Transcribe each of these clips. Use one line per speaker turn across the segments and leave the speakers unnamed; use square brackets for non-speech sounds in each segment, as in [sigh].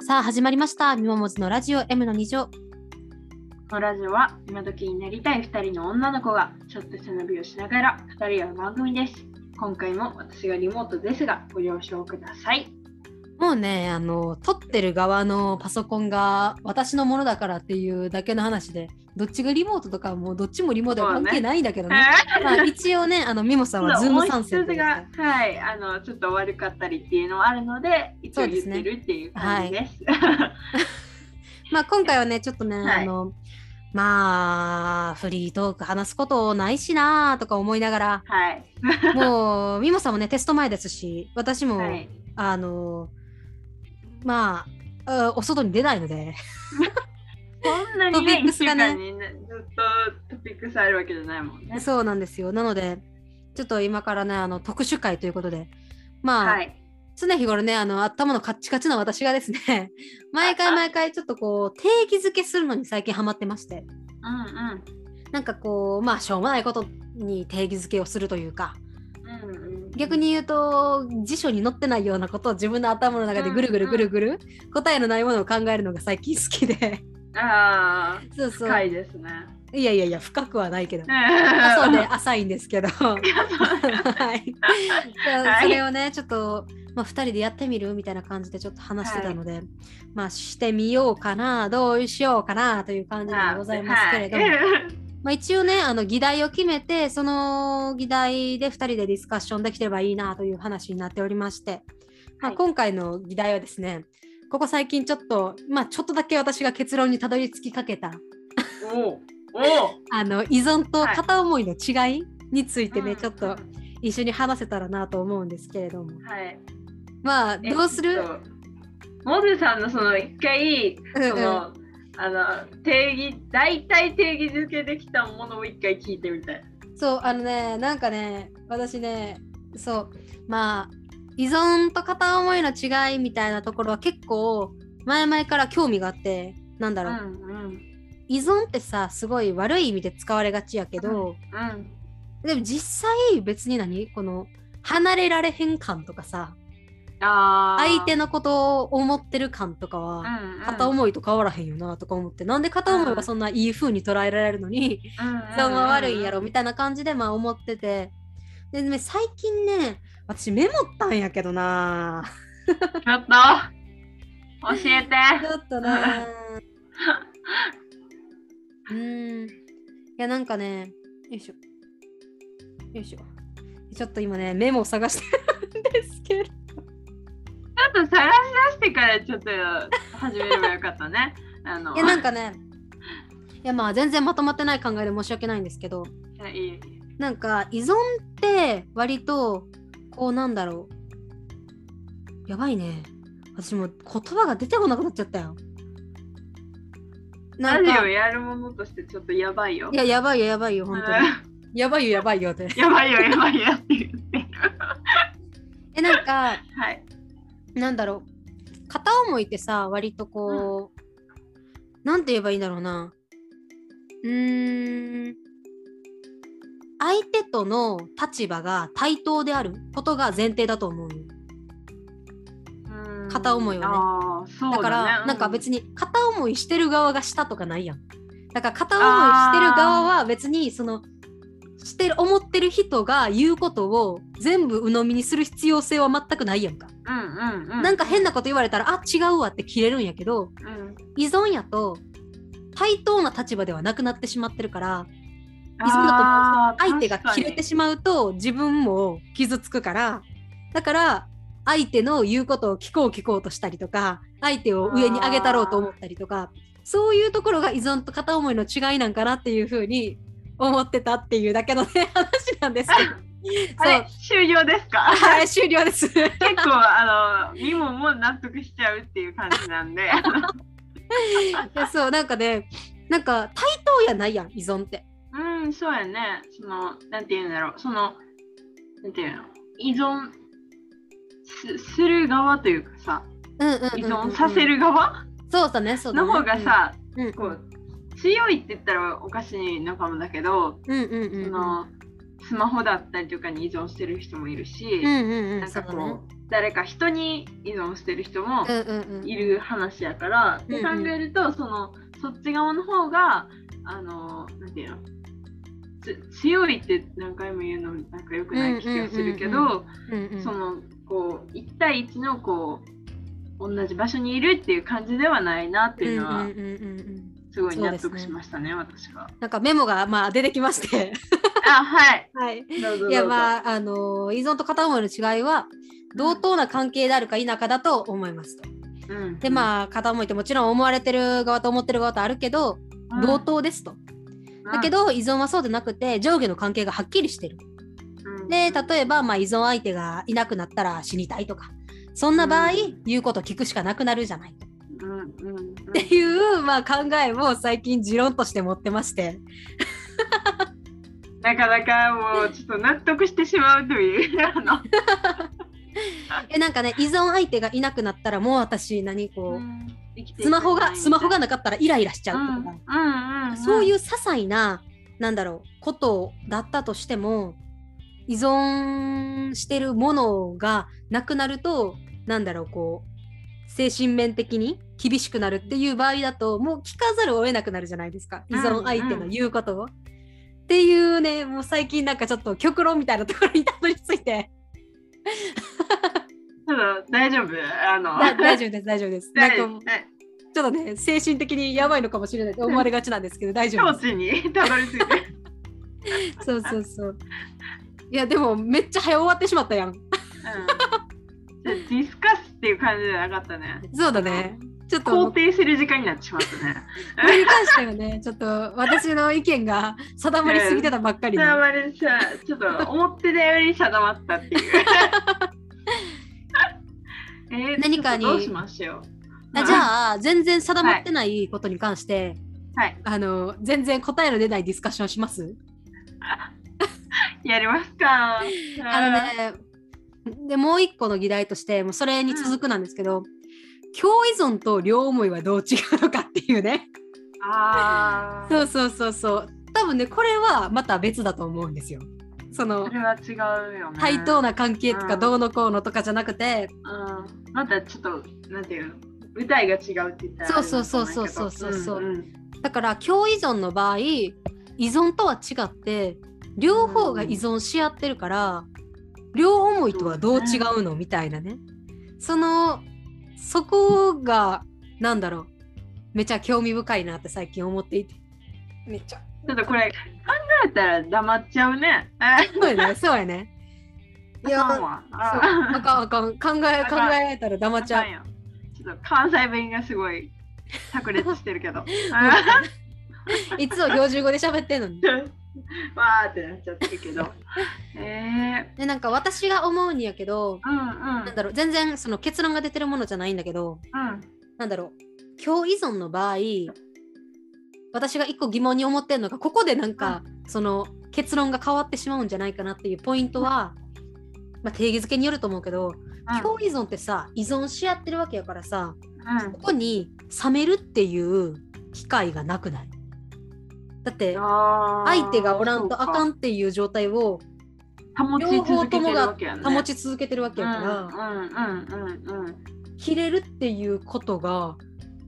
さあ始まりました。みももずのラジオ M の2乗。
このラジオは今時になりたい2人の女の子がちょっと背伸びをしながら語り合う番組です。今回も私がリモートですがご了承ください。
もうね、あの、撮ってる側のパソコンが私のものだからっていうだけの話で、どっちがリモートとかもうどっちもリモートは関係ないんだけどね。まあ一応ね、あの、みもさんはズーム参戦という
音質
ことで
が、はい、あのちょっと悪かったりっていうのもあるので一応言ってるっていう感じです。
まあ今回はね、ちょっとね、
はい
あの、まあ、フリートーク話すことないしなーとか思いながら、
[laughs] [laughs] はい、
もう、みもさんもね、テスト前ですし、私も、
はい、
あの、まあ、あお外に出ないので。
こんなに
トピ
ね
ック
1
ス
週
がね
間にねずっとトピックスあるわけじゃないもんね。
そうなんですよ。なので、ちょっと今からね、あの特殊会ということで、まあ、
はい、
常日頃ね、あの頭のカッチカチな私がですね、 [laughs] 毎
[laughs]
回毎回ちょっとこう、定義づけするのに最近ハマってまして、
うん
なんかこう、まあ、しょうもないことに定義づけをするというか、
うんうんうん、
逆に言うと、辞書に載ってないようなことを自分の頭の中でぐるぐるぐるぐる、答えのないものを考えるのが最近好きで、 [laughs]
ああ
そうそう、
深
い、
いです
[laughs]
ね。
やいやいや、深くはないけど。
あ [laughs]
そうね、浅いんですけど。はい。
はい
それをね、ちょっと、まあ、2人でやってみるみたいな感じでちょっと話してたので、まあ、してみようかな、どうしようかなという感じでございますけれども、まあ、一応ね、あの議題を決めて、その議題で2人でディスカッションできてればいいなという話になっておりまして、まあ、
はい
今回の議題はですね、ここ最近ちょっと、まあ、ちょっとだけ私が結論にたどり着きかけた
おうおう
あの依存と
はい
片思いの違いについてね、
うん
ちょっと一緒に話せたらなと思うんですけれども
はい
まあどうす
え
る
っ、とモズさんのその一回
うん
そ
うん
の、あの定義大体定義づけできたものを一回聞いてみたい。
そうあのねなんかね私ねそうまあ依存と片思いの違いみたいなところは結構前々から興味があってなんだ
うん
ろう、
うん
依存ってさすごい悪い意味で使われがちやけど、
うん
でも実際別に何この離れられへん感とかさ
あー
相手のことを思ってる感とかは、
うんうん
片思いと変わらへんよなとか思って、なんで片思いはそんないい風に捉えられるのに
うんうんうん
依存は悪いんやろみたいな感じでまあ思っててで、ね、最近ね私メモったんやけどな
ちょっと教えて。
ちょっとなうーんいやなんかねよいしょよいしょちょっと今ねメモを探してるんですけど
[laughs] ちょっと探し出してからちょっと始めればよかったね。あの
いやなんかねいやまあ全然まとまってない考えで申し訳ないんですけど
いやいい
なんか依存って割とこうなんだろうやばいね私もう言葉が出てこなくなっちゃったよな
ラ
ん
ジ
か
オ
い
やるものとしてちょっとやばいよ。
ややばいよやばいよ本当に
う
やばいよやばいよって
んやばいよやばいよって言って。
えなんか
はい。
なんだろう片思いってさ割とこう、なんて言えばいいんだろうなうーん相手との立場が対等であることが前提だと思うよ
うん
片思いはね
あーそ
だ
うだ,、ね、
から、なんか別
に、
に片思いしてる側がしたとかないやん。だから片思いしてる側は別にそのしてる思ってる人が言うことを全部鵜呑みにする必要性は全くないやんか。
うんうんうん、
なんか変なこと言われたらあ違うわって切れるんやけど
うん、
依存やと対等な立場ではなくなってしまってるから依存だ
あ
と
ー
相手が切れてしまうと自分も傷つくからだから相手の言うことを聞こう聞こうとしたりとか相手を上に上げたろうと思ったりとかそういうところが依存と片思いの違いなんかなっていうふうに思ってたっていうだけのね [laughs] 話なんですけど。
確かにあれ終了ですか [laughs]
はい、終了です。
結構あのミモも納得しちゃうっていう感じなんで
いやそうなんかねなんか対等やないやん依存って。
うんそうやねそのなんて言うんだろうそのなんていうの依存すする側というかさ
うんうんうんうん
依存させる側
そうだねそうだ
の
ね。
方がさ、
うん
こう強いって言ったらおかしいのかもだけど、
うんうんうんうん
そのスマホだったりとかに依存してる人もいるし、
うんうんう
なんん
そう
か
だ
こう、
ね
誰か人に依存してる人も
うんうんうん
いる話やから、って
うんうん
考えるとそのそっち側の方があのなんていうのつ強いって何回も言うのなんか良くない気がするけど、
うんうんうん
そのこう1対1のこう同じ場所にいるっていう感じではないなっていうの
うん
は
うんうんうんうん
すごい納
そうで
得
すね
しましたね、私は。
なんかメモがまあ出てきまして、
あはい。
[laughs] はい、
どうぞどうぞ
いやまああの依存と片思いの違いは同等な関係であるか否かだと思いますと。
うん
でまあ片思いってもちろん思われてる側と思ってる側とあるけど
うん
同等ですと。だけ、ど依存はそうでなくて上下の関係がはっきりしてる。
うん
で例えばまあ依存相手がいなくなったら死にたいとかそんな場合
うん
言うこと聞くしかなくなるじゃない。
うんうんうん
っていう、まあ、考えを最近持論として持ってまして。
なかなかもうちょっと納得してしまうというあの、
えなんかね依存相手がいなくなったらもう私何こう
生きていけないみたいな
スマホがスマホがなかったらイライラしちゃ
う
うと
ん
か、
うんうん、
そういう
う
些細ななんだろうことだったとしても依存してるものがなくなるとなんだろうこう精神面的に厳しくなるっていう場合だともう聞かざるを得なくなるじゃないですか依存相手の言うことを。っていうねもう最近なんかちょっと極論みたいなところにたどり着いて
んちょっと大丈夫あの
だ [laughs] 大丈夫です大丈夫です。なん
大
かもうちょっとね、精神的にやばいのかもしれないと思われがちなんですけど、大丈夫
境
で
地にたどり着いて
す。そうそうそう。いや、でも、めっちゃ早終わってしまったやん。
うんディスカスっていう感じじゃなかったね。
そうだね。ちょっと、
肯
こ
定する時間になってしまったね。
れに関してはね、 [laughs] ちょっと私の意見が定まりすぎてたばっかり
定
で。
まりさ、ちょっと思ってたより定まったって
[laughs]
いう。えー
何かに
ちょっとどうしましょう。
あじゃあ、全然定まってないことに関して、
はい、
あの、全然答えの出ないディスカッションします
やります
[laughs]
か。
あのね、で、もう一個の議題として、もうそれに続くなんですけど、共依存と両思いはどう違うのかっていうね。
あー
そうそうそうそう多分ねこれはまた別だと思うんですよその
それは違うよね。
対等な関係と
う
か
ん
どうのこうのとかじゃなくて、
うん。またちょっと、なんていうの舞台が違うって言ったらあれだと思けど。
そうそうそうそうそうそうん
ん
だから共依存の場合依存とは違って両方が依存し合ってるから、両思いとはどう違うのみたいなねそのそこがなんだろうめちゃ興味深いなって最近思っていてめっちゃ
ちょっとこれ、考えたら黙っちゃうね。
そうやねそうやねい
あ [laughs]
や
かん
そう
わ
あかんあかん考え考えたら黙っちゃう
あかんよちょっと関西弁がすごい炸裂して
[laughs]
るけど。あ
いつも標準語で喋ってんのに。
ーわーってなっちゃってるけど。 [laughs] え
でなんか私が思うんやけど
ー、うんうん
なんだろう全然その結論が出てるものじゃないんだけど
うん
なんだろう共依存の場合私が一個疑問に思ってるのがここでなんか、その結論が変わってしまうんじゃないかなっていうポイントは、まあ、定義づけによると思うけど、共依存ってさ依存し合ってるわけやからさここに冷めるっていう機会がなくないだって相
相
手がおらんとあかんっていう状態を
保ち続けてるわけやね
保ち続けてるわけやから、
うんうんうんうんうん
切れるっていうことが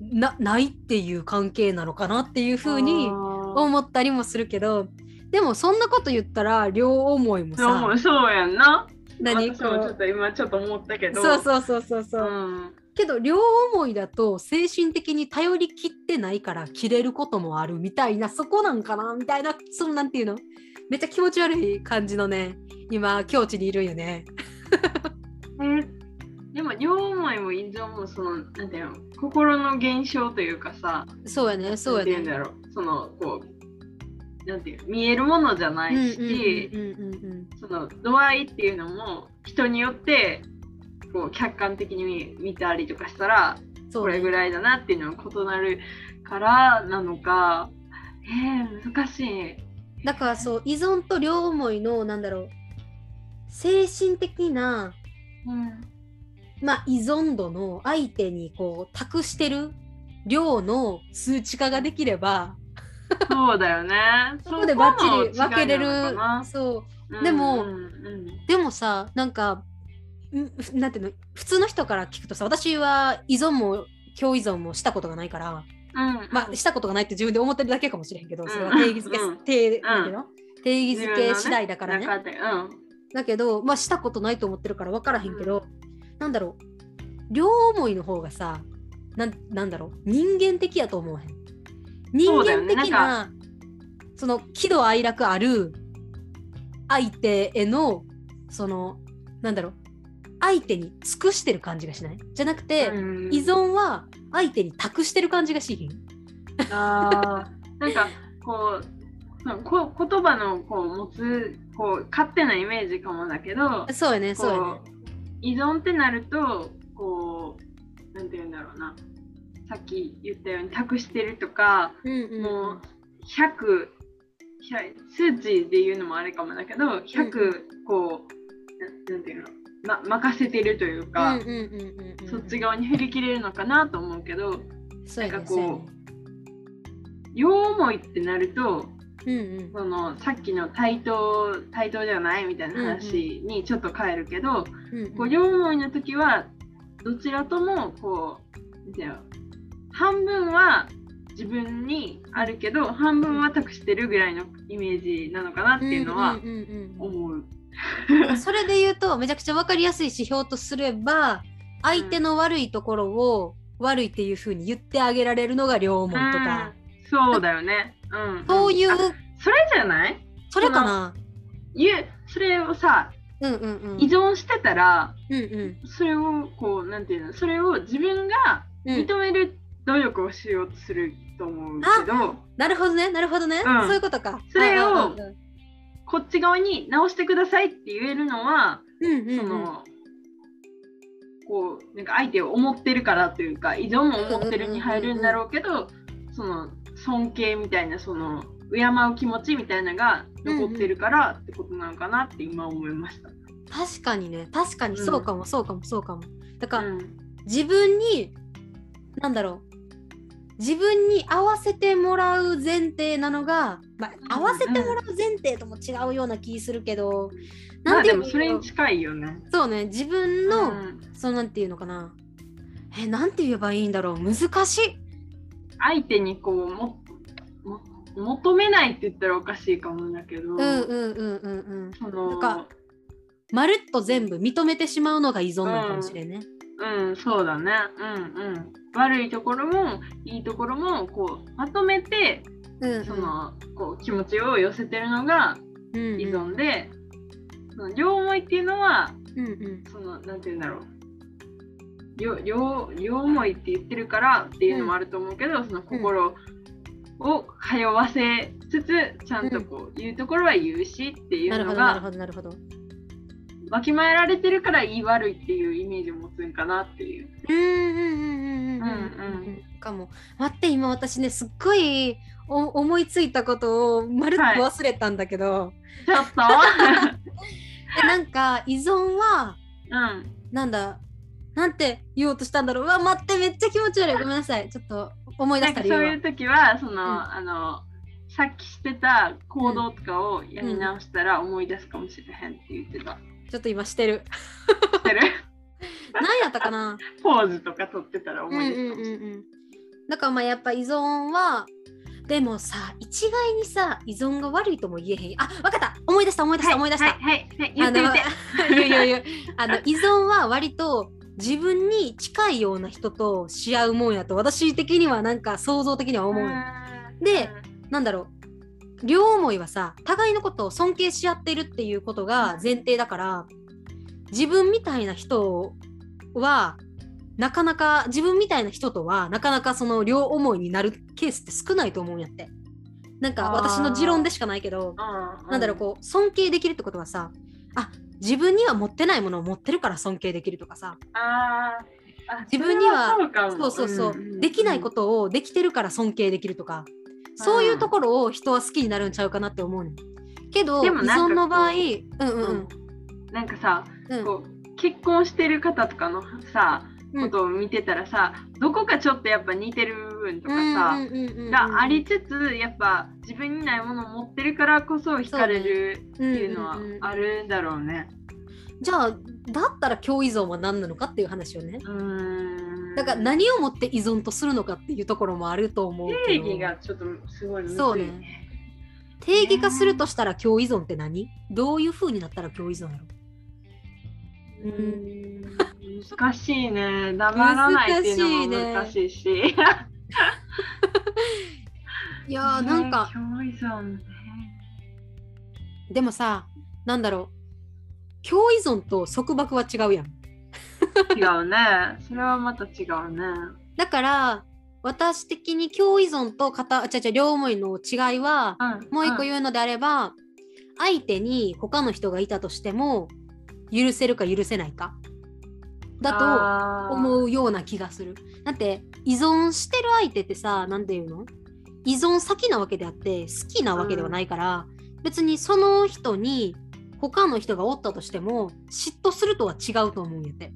なないっていう関係なのかなっていうふうに
思
思ったりもするけどでもそんなこと言ったら両思いもさ
うそうやんな
何
私
こ
もちょっ
う
と今ちょっと思ったけど
そうそうそうそうそう、
うん
けど両思いだと精神的に頼りきってないから切れることもあるみたいなそこなんかなみたいなそのなんていうのめっちゃ気持ち悪い感じのね今境地にいるんよね。
えでも両思いも依存もそのなんていうの心の現象というかさ
そうやねそう
な
や
ん
ね。
て言うんだろうそのこうなんていう見えるものじゃないし、
うんうんうんうんうん
その度合いっていうのも人によってこう客観的に見たりとかしたら
そう
これぐらいだなっていうのが異なるからなのかえー、難しい。
だからそう依存と両思いのなんだろう精神的な、
うん
まあ、依存度の相手にこう託してる量の数値化ができれば
そうだよね。
[laughs] そこでバッチリ分けれ
そこの違いなの
る
かな
そうでも
うんうん
でもさなんかんふなんていうの普通の人から聞くとさ私は依存も強依存もしたことがないから、
うんうん
まあ、したことがないって自分で思ってるだけかもしれへんけどそれは
うん
定義づけ、
うん
定なんていうの定義づけ次第だからね
中でうん
だけど、まあ、したことないと思ってるから分からへんけど、なんだろう両思いの方がさなんなんだろう人間的やと思わへん人
そうだよ
間
ね
的なその喜怒哀楽ある相手へのそのなんだろう相手に尽くしてる感じがしないじゃなくて、
うん
依存は相手に託してる感じがしひん
あーなんかこうそのこ言葉のこう持つこう勝手なイメージかもだけど
そうやねそうやね
こう依存ってなるとこうなんて言うんだろうなさっき言ったように託してるとか
うんうん
もう100 100数値で言うのもあれかもだけど100こうななんていうの、ま、任せてるという
うん
か
うん、うんうんうん
そっち側に振り切れるのかなと思うけど
そうやね
なんかこ
そううやね
両思いってなると
うんうん
そのさっきの対等対等じゃないみたいな話にちょっと変えるけど、
うんうん
こう両思いの時はどちらともこうなんていうの半分は自分にあるけど半分は託してるぐらいのイメージなのかなっていうのは
んうんうんうん
思う。
それで言うとめちゃくちゃ分かりやすい指標とすれば相手の悪いところを悪いっていう風に言ってあげられるのが両思いとか、
うんそうだよね。うん、
そういう
あそれじゃない
それかな
ゆそれをさ
うんうんうん
依存してたら
うんうん
それをこうなんていうのそれを自分が
うん、
認める努力をしようとすると思うけど、
なるほどねなるほどね、
うん
そういうことか
それを
うんうんうん
こっち側に直してくださいって言えるのは、
うんうん
そのこうなんか相手を思ってるからというか依存も思ってるに入るんだろうけど、その尊敬みたいなその敬う気持ちみたいなのが残ってるからってことなのかなって今思いました。
確かにね確かにそうかもそうかもそうかもだから、
うん
自分に何だろう自分に合わせてもらう前提なのが、ま
んうん
あ、合わせてもらう前提とも違うような気するけど、
ま
な
あ
んてい
で
う
も
の
それに近いよね。
そうね自分の、
うん
そのなんていうのかなえなんて言えばいいんだろう難しい
相手にこうもも求めないって言ったらおかしいかもだけ
う
ど、
んうんうんうんうん
その
なんかまるっと全部認めてしまうのが依存なのかもしれんね、
うん、そうだね。うんうん。悪いところもいいところもこうまとめて
うんうん
そのこう気持ちを寄せてるのが
うんうん、
依存で、その両思いっていうのは
うんうん
そのなんて言うんだろう両両両思いって言ってるからっていうのもあると思うけど、その心を通わせつつちゃんとこう言うところは言うしってい
な
う
るほ
の
どなる
が
ほどなるほどう
わきまえられてるからいい悪いっていうイメージを持つんかなっ
[laughs]
ていう。
んうんうんうんうんうん
うん
うんかも待って今私ねすっごいお思いついたことをまるっと忘れたんだけど、
ちょっ
[laughs]
と
えなんか依存は
うん
なんだなんて言おうとしたんだろううわ待ってめっちゃ気持ち悪いごめんなさいちょっと思い出
なん
した
からそう
言
いうう時はその、
ん
あのさっきしてた行動とかをやり直したら思い出すかもしれへんって言ってた。 [laughs]
わちょっと今してる
してる
何やったかな
ポーズとか撮ってたら
うん
思
う
い
んう
出す
ん
かもしれない。
うんだからまあやっぱ依存はでもさ一概にさ依存が悪いとも言えへんあわかった思い出した思い出した思い出した、
はいはいはい、はい、言
あ
って
の
言っ
[laughs]
て。
いやいやいやあの依存は割と自分に近いような人とし合うもんやと私的にはなんか想像的には思うの、
う
でなんだろう両思いはさ互いのことを尊敬し合ってるっていうことが前提だから自分みたいな人はなかなか自分みたいな人とはなかなかその両思いになるケースって少ないと思うんやってなんか私の持論でしかないけど
ん
なんだろうこう尊敬できるってことはさあ自分には持ってないものを持ってるから尊敬できるとかさ
うん。あーあ
自分には
それかも
そうそうそう、
んんん
できないことをできてるから尊敬できるとか、そういうところを人は好きになるんちゃうかなって思うねんけど依
でもなんかこう
存の場合うんうんうん
なんかさ
うん
こう結婚してる方とかのさことを見てたらさ、どこかちょっとやっぱ似てる部分とか
う
さ、
んうんうんうんうん
がありつつやっぱ自分にないものを持ってるからこそ惹かれるっていうのは
うんうんうん
あるんだろうね。
じゃあだったら共依存は何なのかっていう話よね
うーん
だから何をもって依存とするのかっていうところもあると思う
定
けど
義がちょっとすごいむずい
そうね定義化するとしたら共依存って何どういう風になったら共依存やろ
うーん難しいね。黙らないっていうのも難しいし。
いやーなんか
[laughs] ね共依存ね。
でもさなんだろう共依存と束縛は違うやん
違うね。それはまた違うね。
だから私的に共依存と片あ違う違う両思いの違いは
うん、
もう一個
ん
言うのであれば、相手に他の人がいたとしても許せるか許せないかだと
う
思うような気がする。だって依存してる相手ってさ何て言うの依存先なわけであって好きなわけではないから、別にその人に他の人がおったとしても嫉妬するとは違うと思うんやって。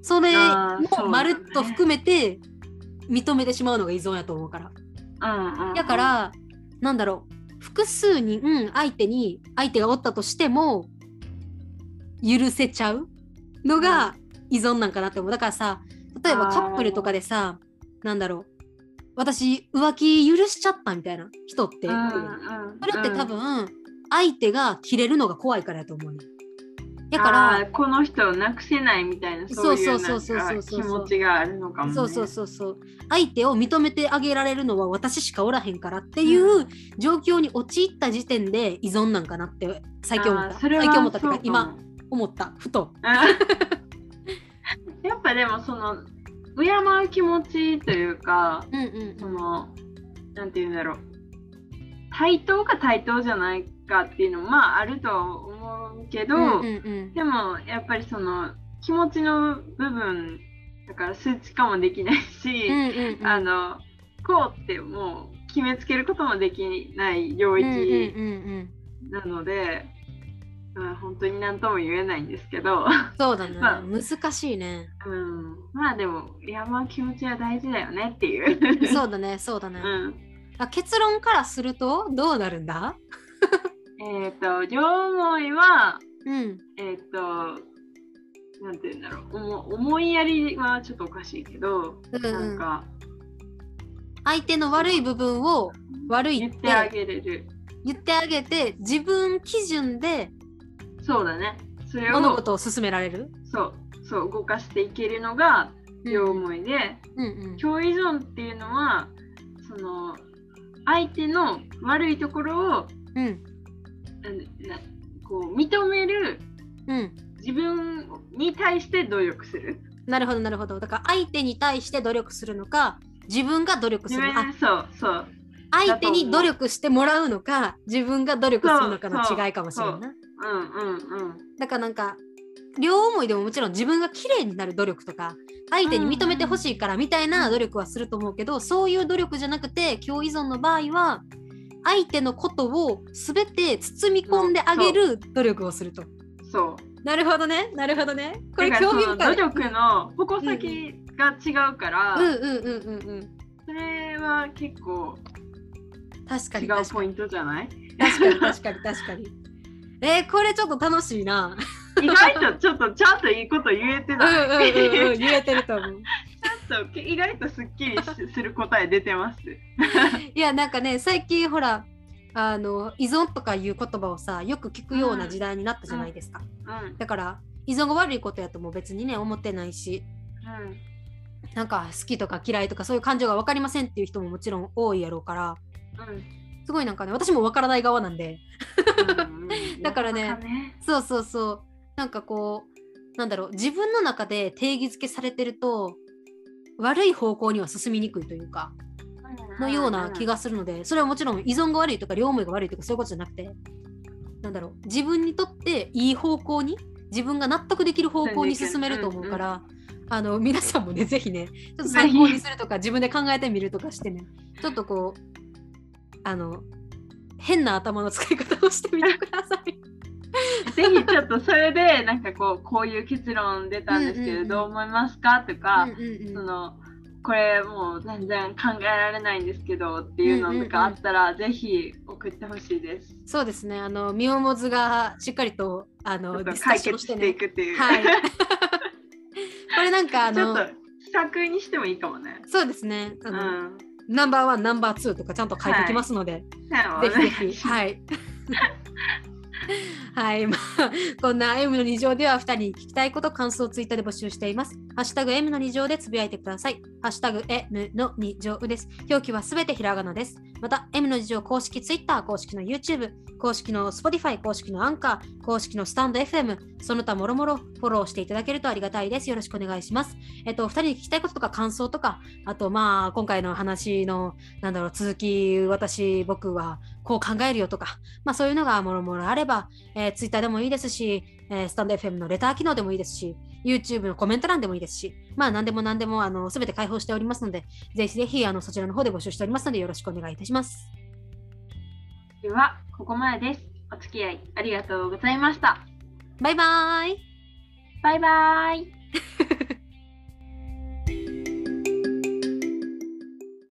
それ
あーそうだ
も
ね
まるっと含めて認めてしまうのが依存やと思うから。
うんうん、
だか、ら、なんだろう複数人、うん相手に相手がおったとしても許せちゃうのが依存なんかなって思うだからさ例えば
あー
カップルとかでさなんだろう私浮気許しちゃったみたいな人っている
うん
やん
うん、
それって多
うん、
分、相手が切れるのが怖いからやと思うねだか
あ
ら
ーこの人をなくせないみたいな
そう
いう
そう
な
そ
ん
うそう
か
そうそう
気持ちがあるのかも、ね。
そうそうそうそう相手を認めてあげられるのは私しかおらへんからっていう状況に陥った時点で依存なんかなって最近思っ
あー
た
それ
最
は
近思ったっていうか
そうか
今
も
思ったふと
うん [laughs] やっぱでもその敬う気持ちというか
うんうん
そのなんて言うんだろう対等か対等じゃないかっていうのもまああるとは思うけど、
うんうん
でもやっぱりその気持ちの部分だから数値化もできないし、
うんうんうん
あのこうってもう決めつけることもできない
う
領
んうん
域
うんうん
なので、まあ、本当に何とも言えないんです
[laughs]
けど、
そうだね
まあ
難しいね
うん、まあでも山は気持ちは大事だよねっていう。
そうだねそうだね
[laughs] うん
あ結論からするとどうなるんだ
えっ、と両思いは
うん
えっ、となんて言うんだろう思思いやりはちょっとおかしいけど、
うん
な
うんん
か
相手の悪い部分を悪い
言
っ
ってあ
て
げれる
言ってあげて自分基準で
そうだねそれを
物事を進められる
そうそう動かしていけるのが両思いで、
うんうん
共依存っていうのはその相手の悪いところを
うん
なんなこう認める
うん
自分に対して努力する
なるほどなるほどだから相手に対して努力するのか自分が努力す
自
るの
分
か
そうそう
あ相手に努力してもらうのか自分が努力するのか
そうそ
の
う
違いかもしれんな
うんうんうん
だからなんか両思いでももちろん自分が綺麗になる努力とか相手に認めてほしいからみたいな努力はすると思うけどそういう努力じゃなくて共依存の場合は相手のことを全て包み込んであげる努力をすると。
そう
なるほどねなるほどねこれ
だから
興味
その
深
努
い。
力の矛先が違うから、
うんうんうんうんうん
それは結構
確か
違
に確
う
か
ポ
に
イントじゃない
確かに確かに確かに。 [laughs] えー、これちょっと楽しいな。
意外とちょっとちゃんといいこと言えて
う
ない
んうんうんうん言えてると思う。
[laughs] そうけ意外とすっきりしする答え出てます。
いやなんかね最近ほらあの依存とかいう言葉をさよく聞くような時代になったじゃないですか。
うん
だから依存が悪いことやとも別にね思ってないしなんか好きとか嫌いとかそういう感情が分かりませんっていう人ももちろん多いやろうから
うんうん
すごいなんかね私も分からない側なんで
うんうん
だからね
なかね
そうそうそうなんかこうなんだろう自分の中で定義づけされてると悪い方向には進みにくいというかのような気がするのでそれはもちろん依存が悪いとか両思いが悪いとかそういうことじゃなくてなんだろう自分にとっていい方向に自分が納得できる方向に進めると思うから。あの皆さんもね、ぜひね、ちょっと参考にするとか、自分で考えてみるとかしてね、ちょっとこう、あの、変な頭の使い方をしてみてください。
ぜひちょっとそれでなんかこうこういう結論出たんですけ
うんうんう
ど
ん
どう思いますかとか、
うんうん
そ
うん
のこれもう全然考えられないんですけどっていうのとかあったら、ぜひ送ってほしいです。
そうですね、あの、ミオモズがしっかりと、あ
ちょ
の、デ
っと
ィスカッ
解
ション
決
して
してい
ね。
くっていう、
はい。これなんか、あ
ちょっ
の
と、試作にしてもいいかもね。
そうですね、あ
う
の、
ん、
ナンバーワン、ナンバーツーとかちゃんと書いてきますので、
はい
ぜひぜひ、はい。 [laughs] はい、まあ、こんな M の2乗では2人に聞きたいこと、感想をツイッターで募集しています。ハッシュタグ M の2乗でつぶやいてください。ハッシュタグ M の2乗です。表記はすべてひらがなです。また、M の2乗公式ツイッター、公式の YouTube、公式の Spotify、公式のアンカー、公式のスタンド FM、その他もろもろフォローしていただけるとありがたいです。よろしくお願いします。えっと、2人に聞きたいこととか感想とか、あと、まあ、今回の話の、なんだろう、続き、私、僕はこう考えるよとか、まあ、そういうのがもろもろあれば、えー、ツイッターでもいいですし、えー、スタンド FM のレター機能でもいいですし、YouTube のコメント欄でもいいですし、まあ、何でも何でも、あの、すべて開放しておりますので、ぜひぜひ、あの、そちらの方で募集しておりますので、よろしくお願いいたします。
ではここまでです。お付き合いありがとうございました。
バイバーイ
バイバイ。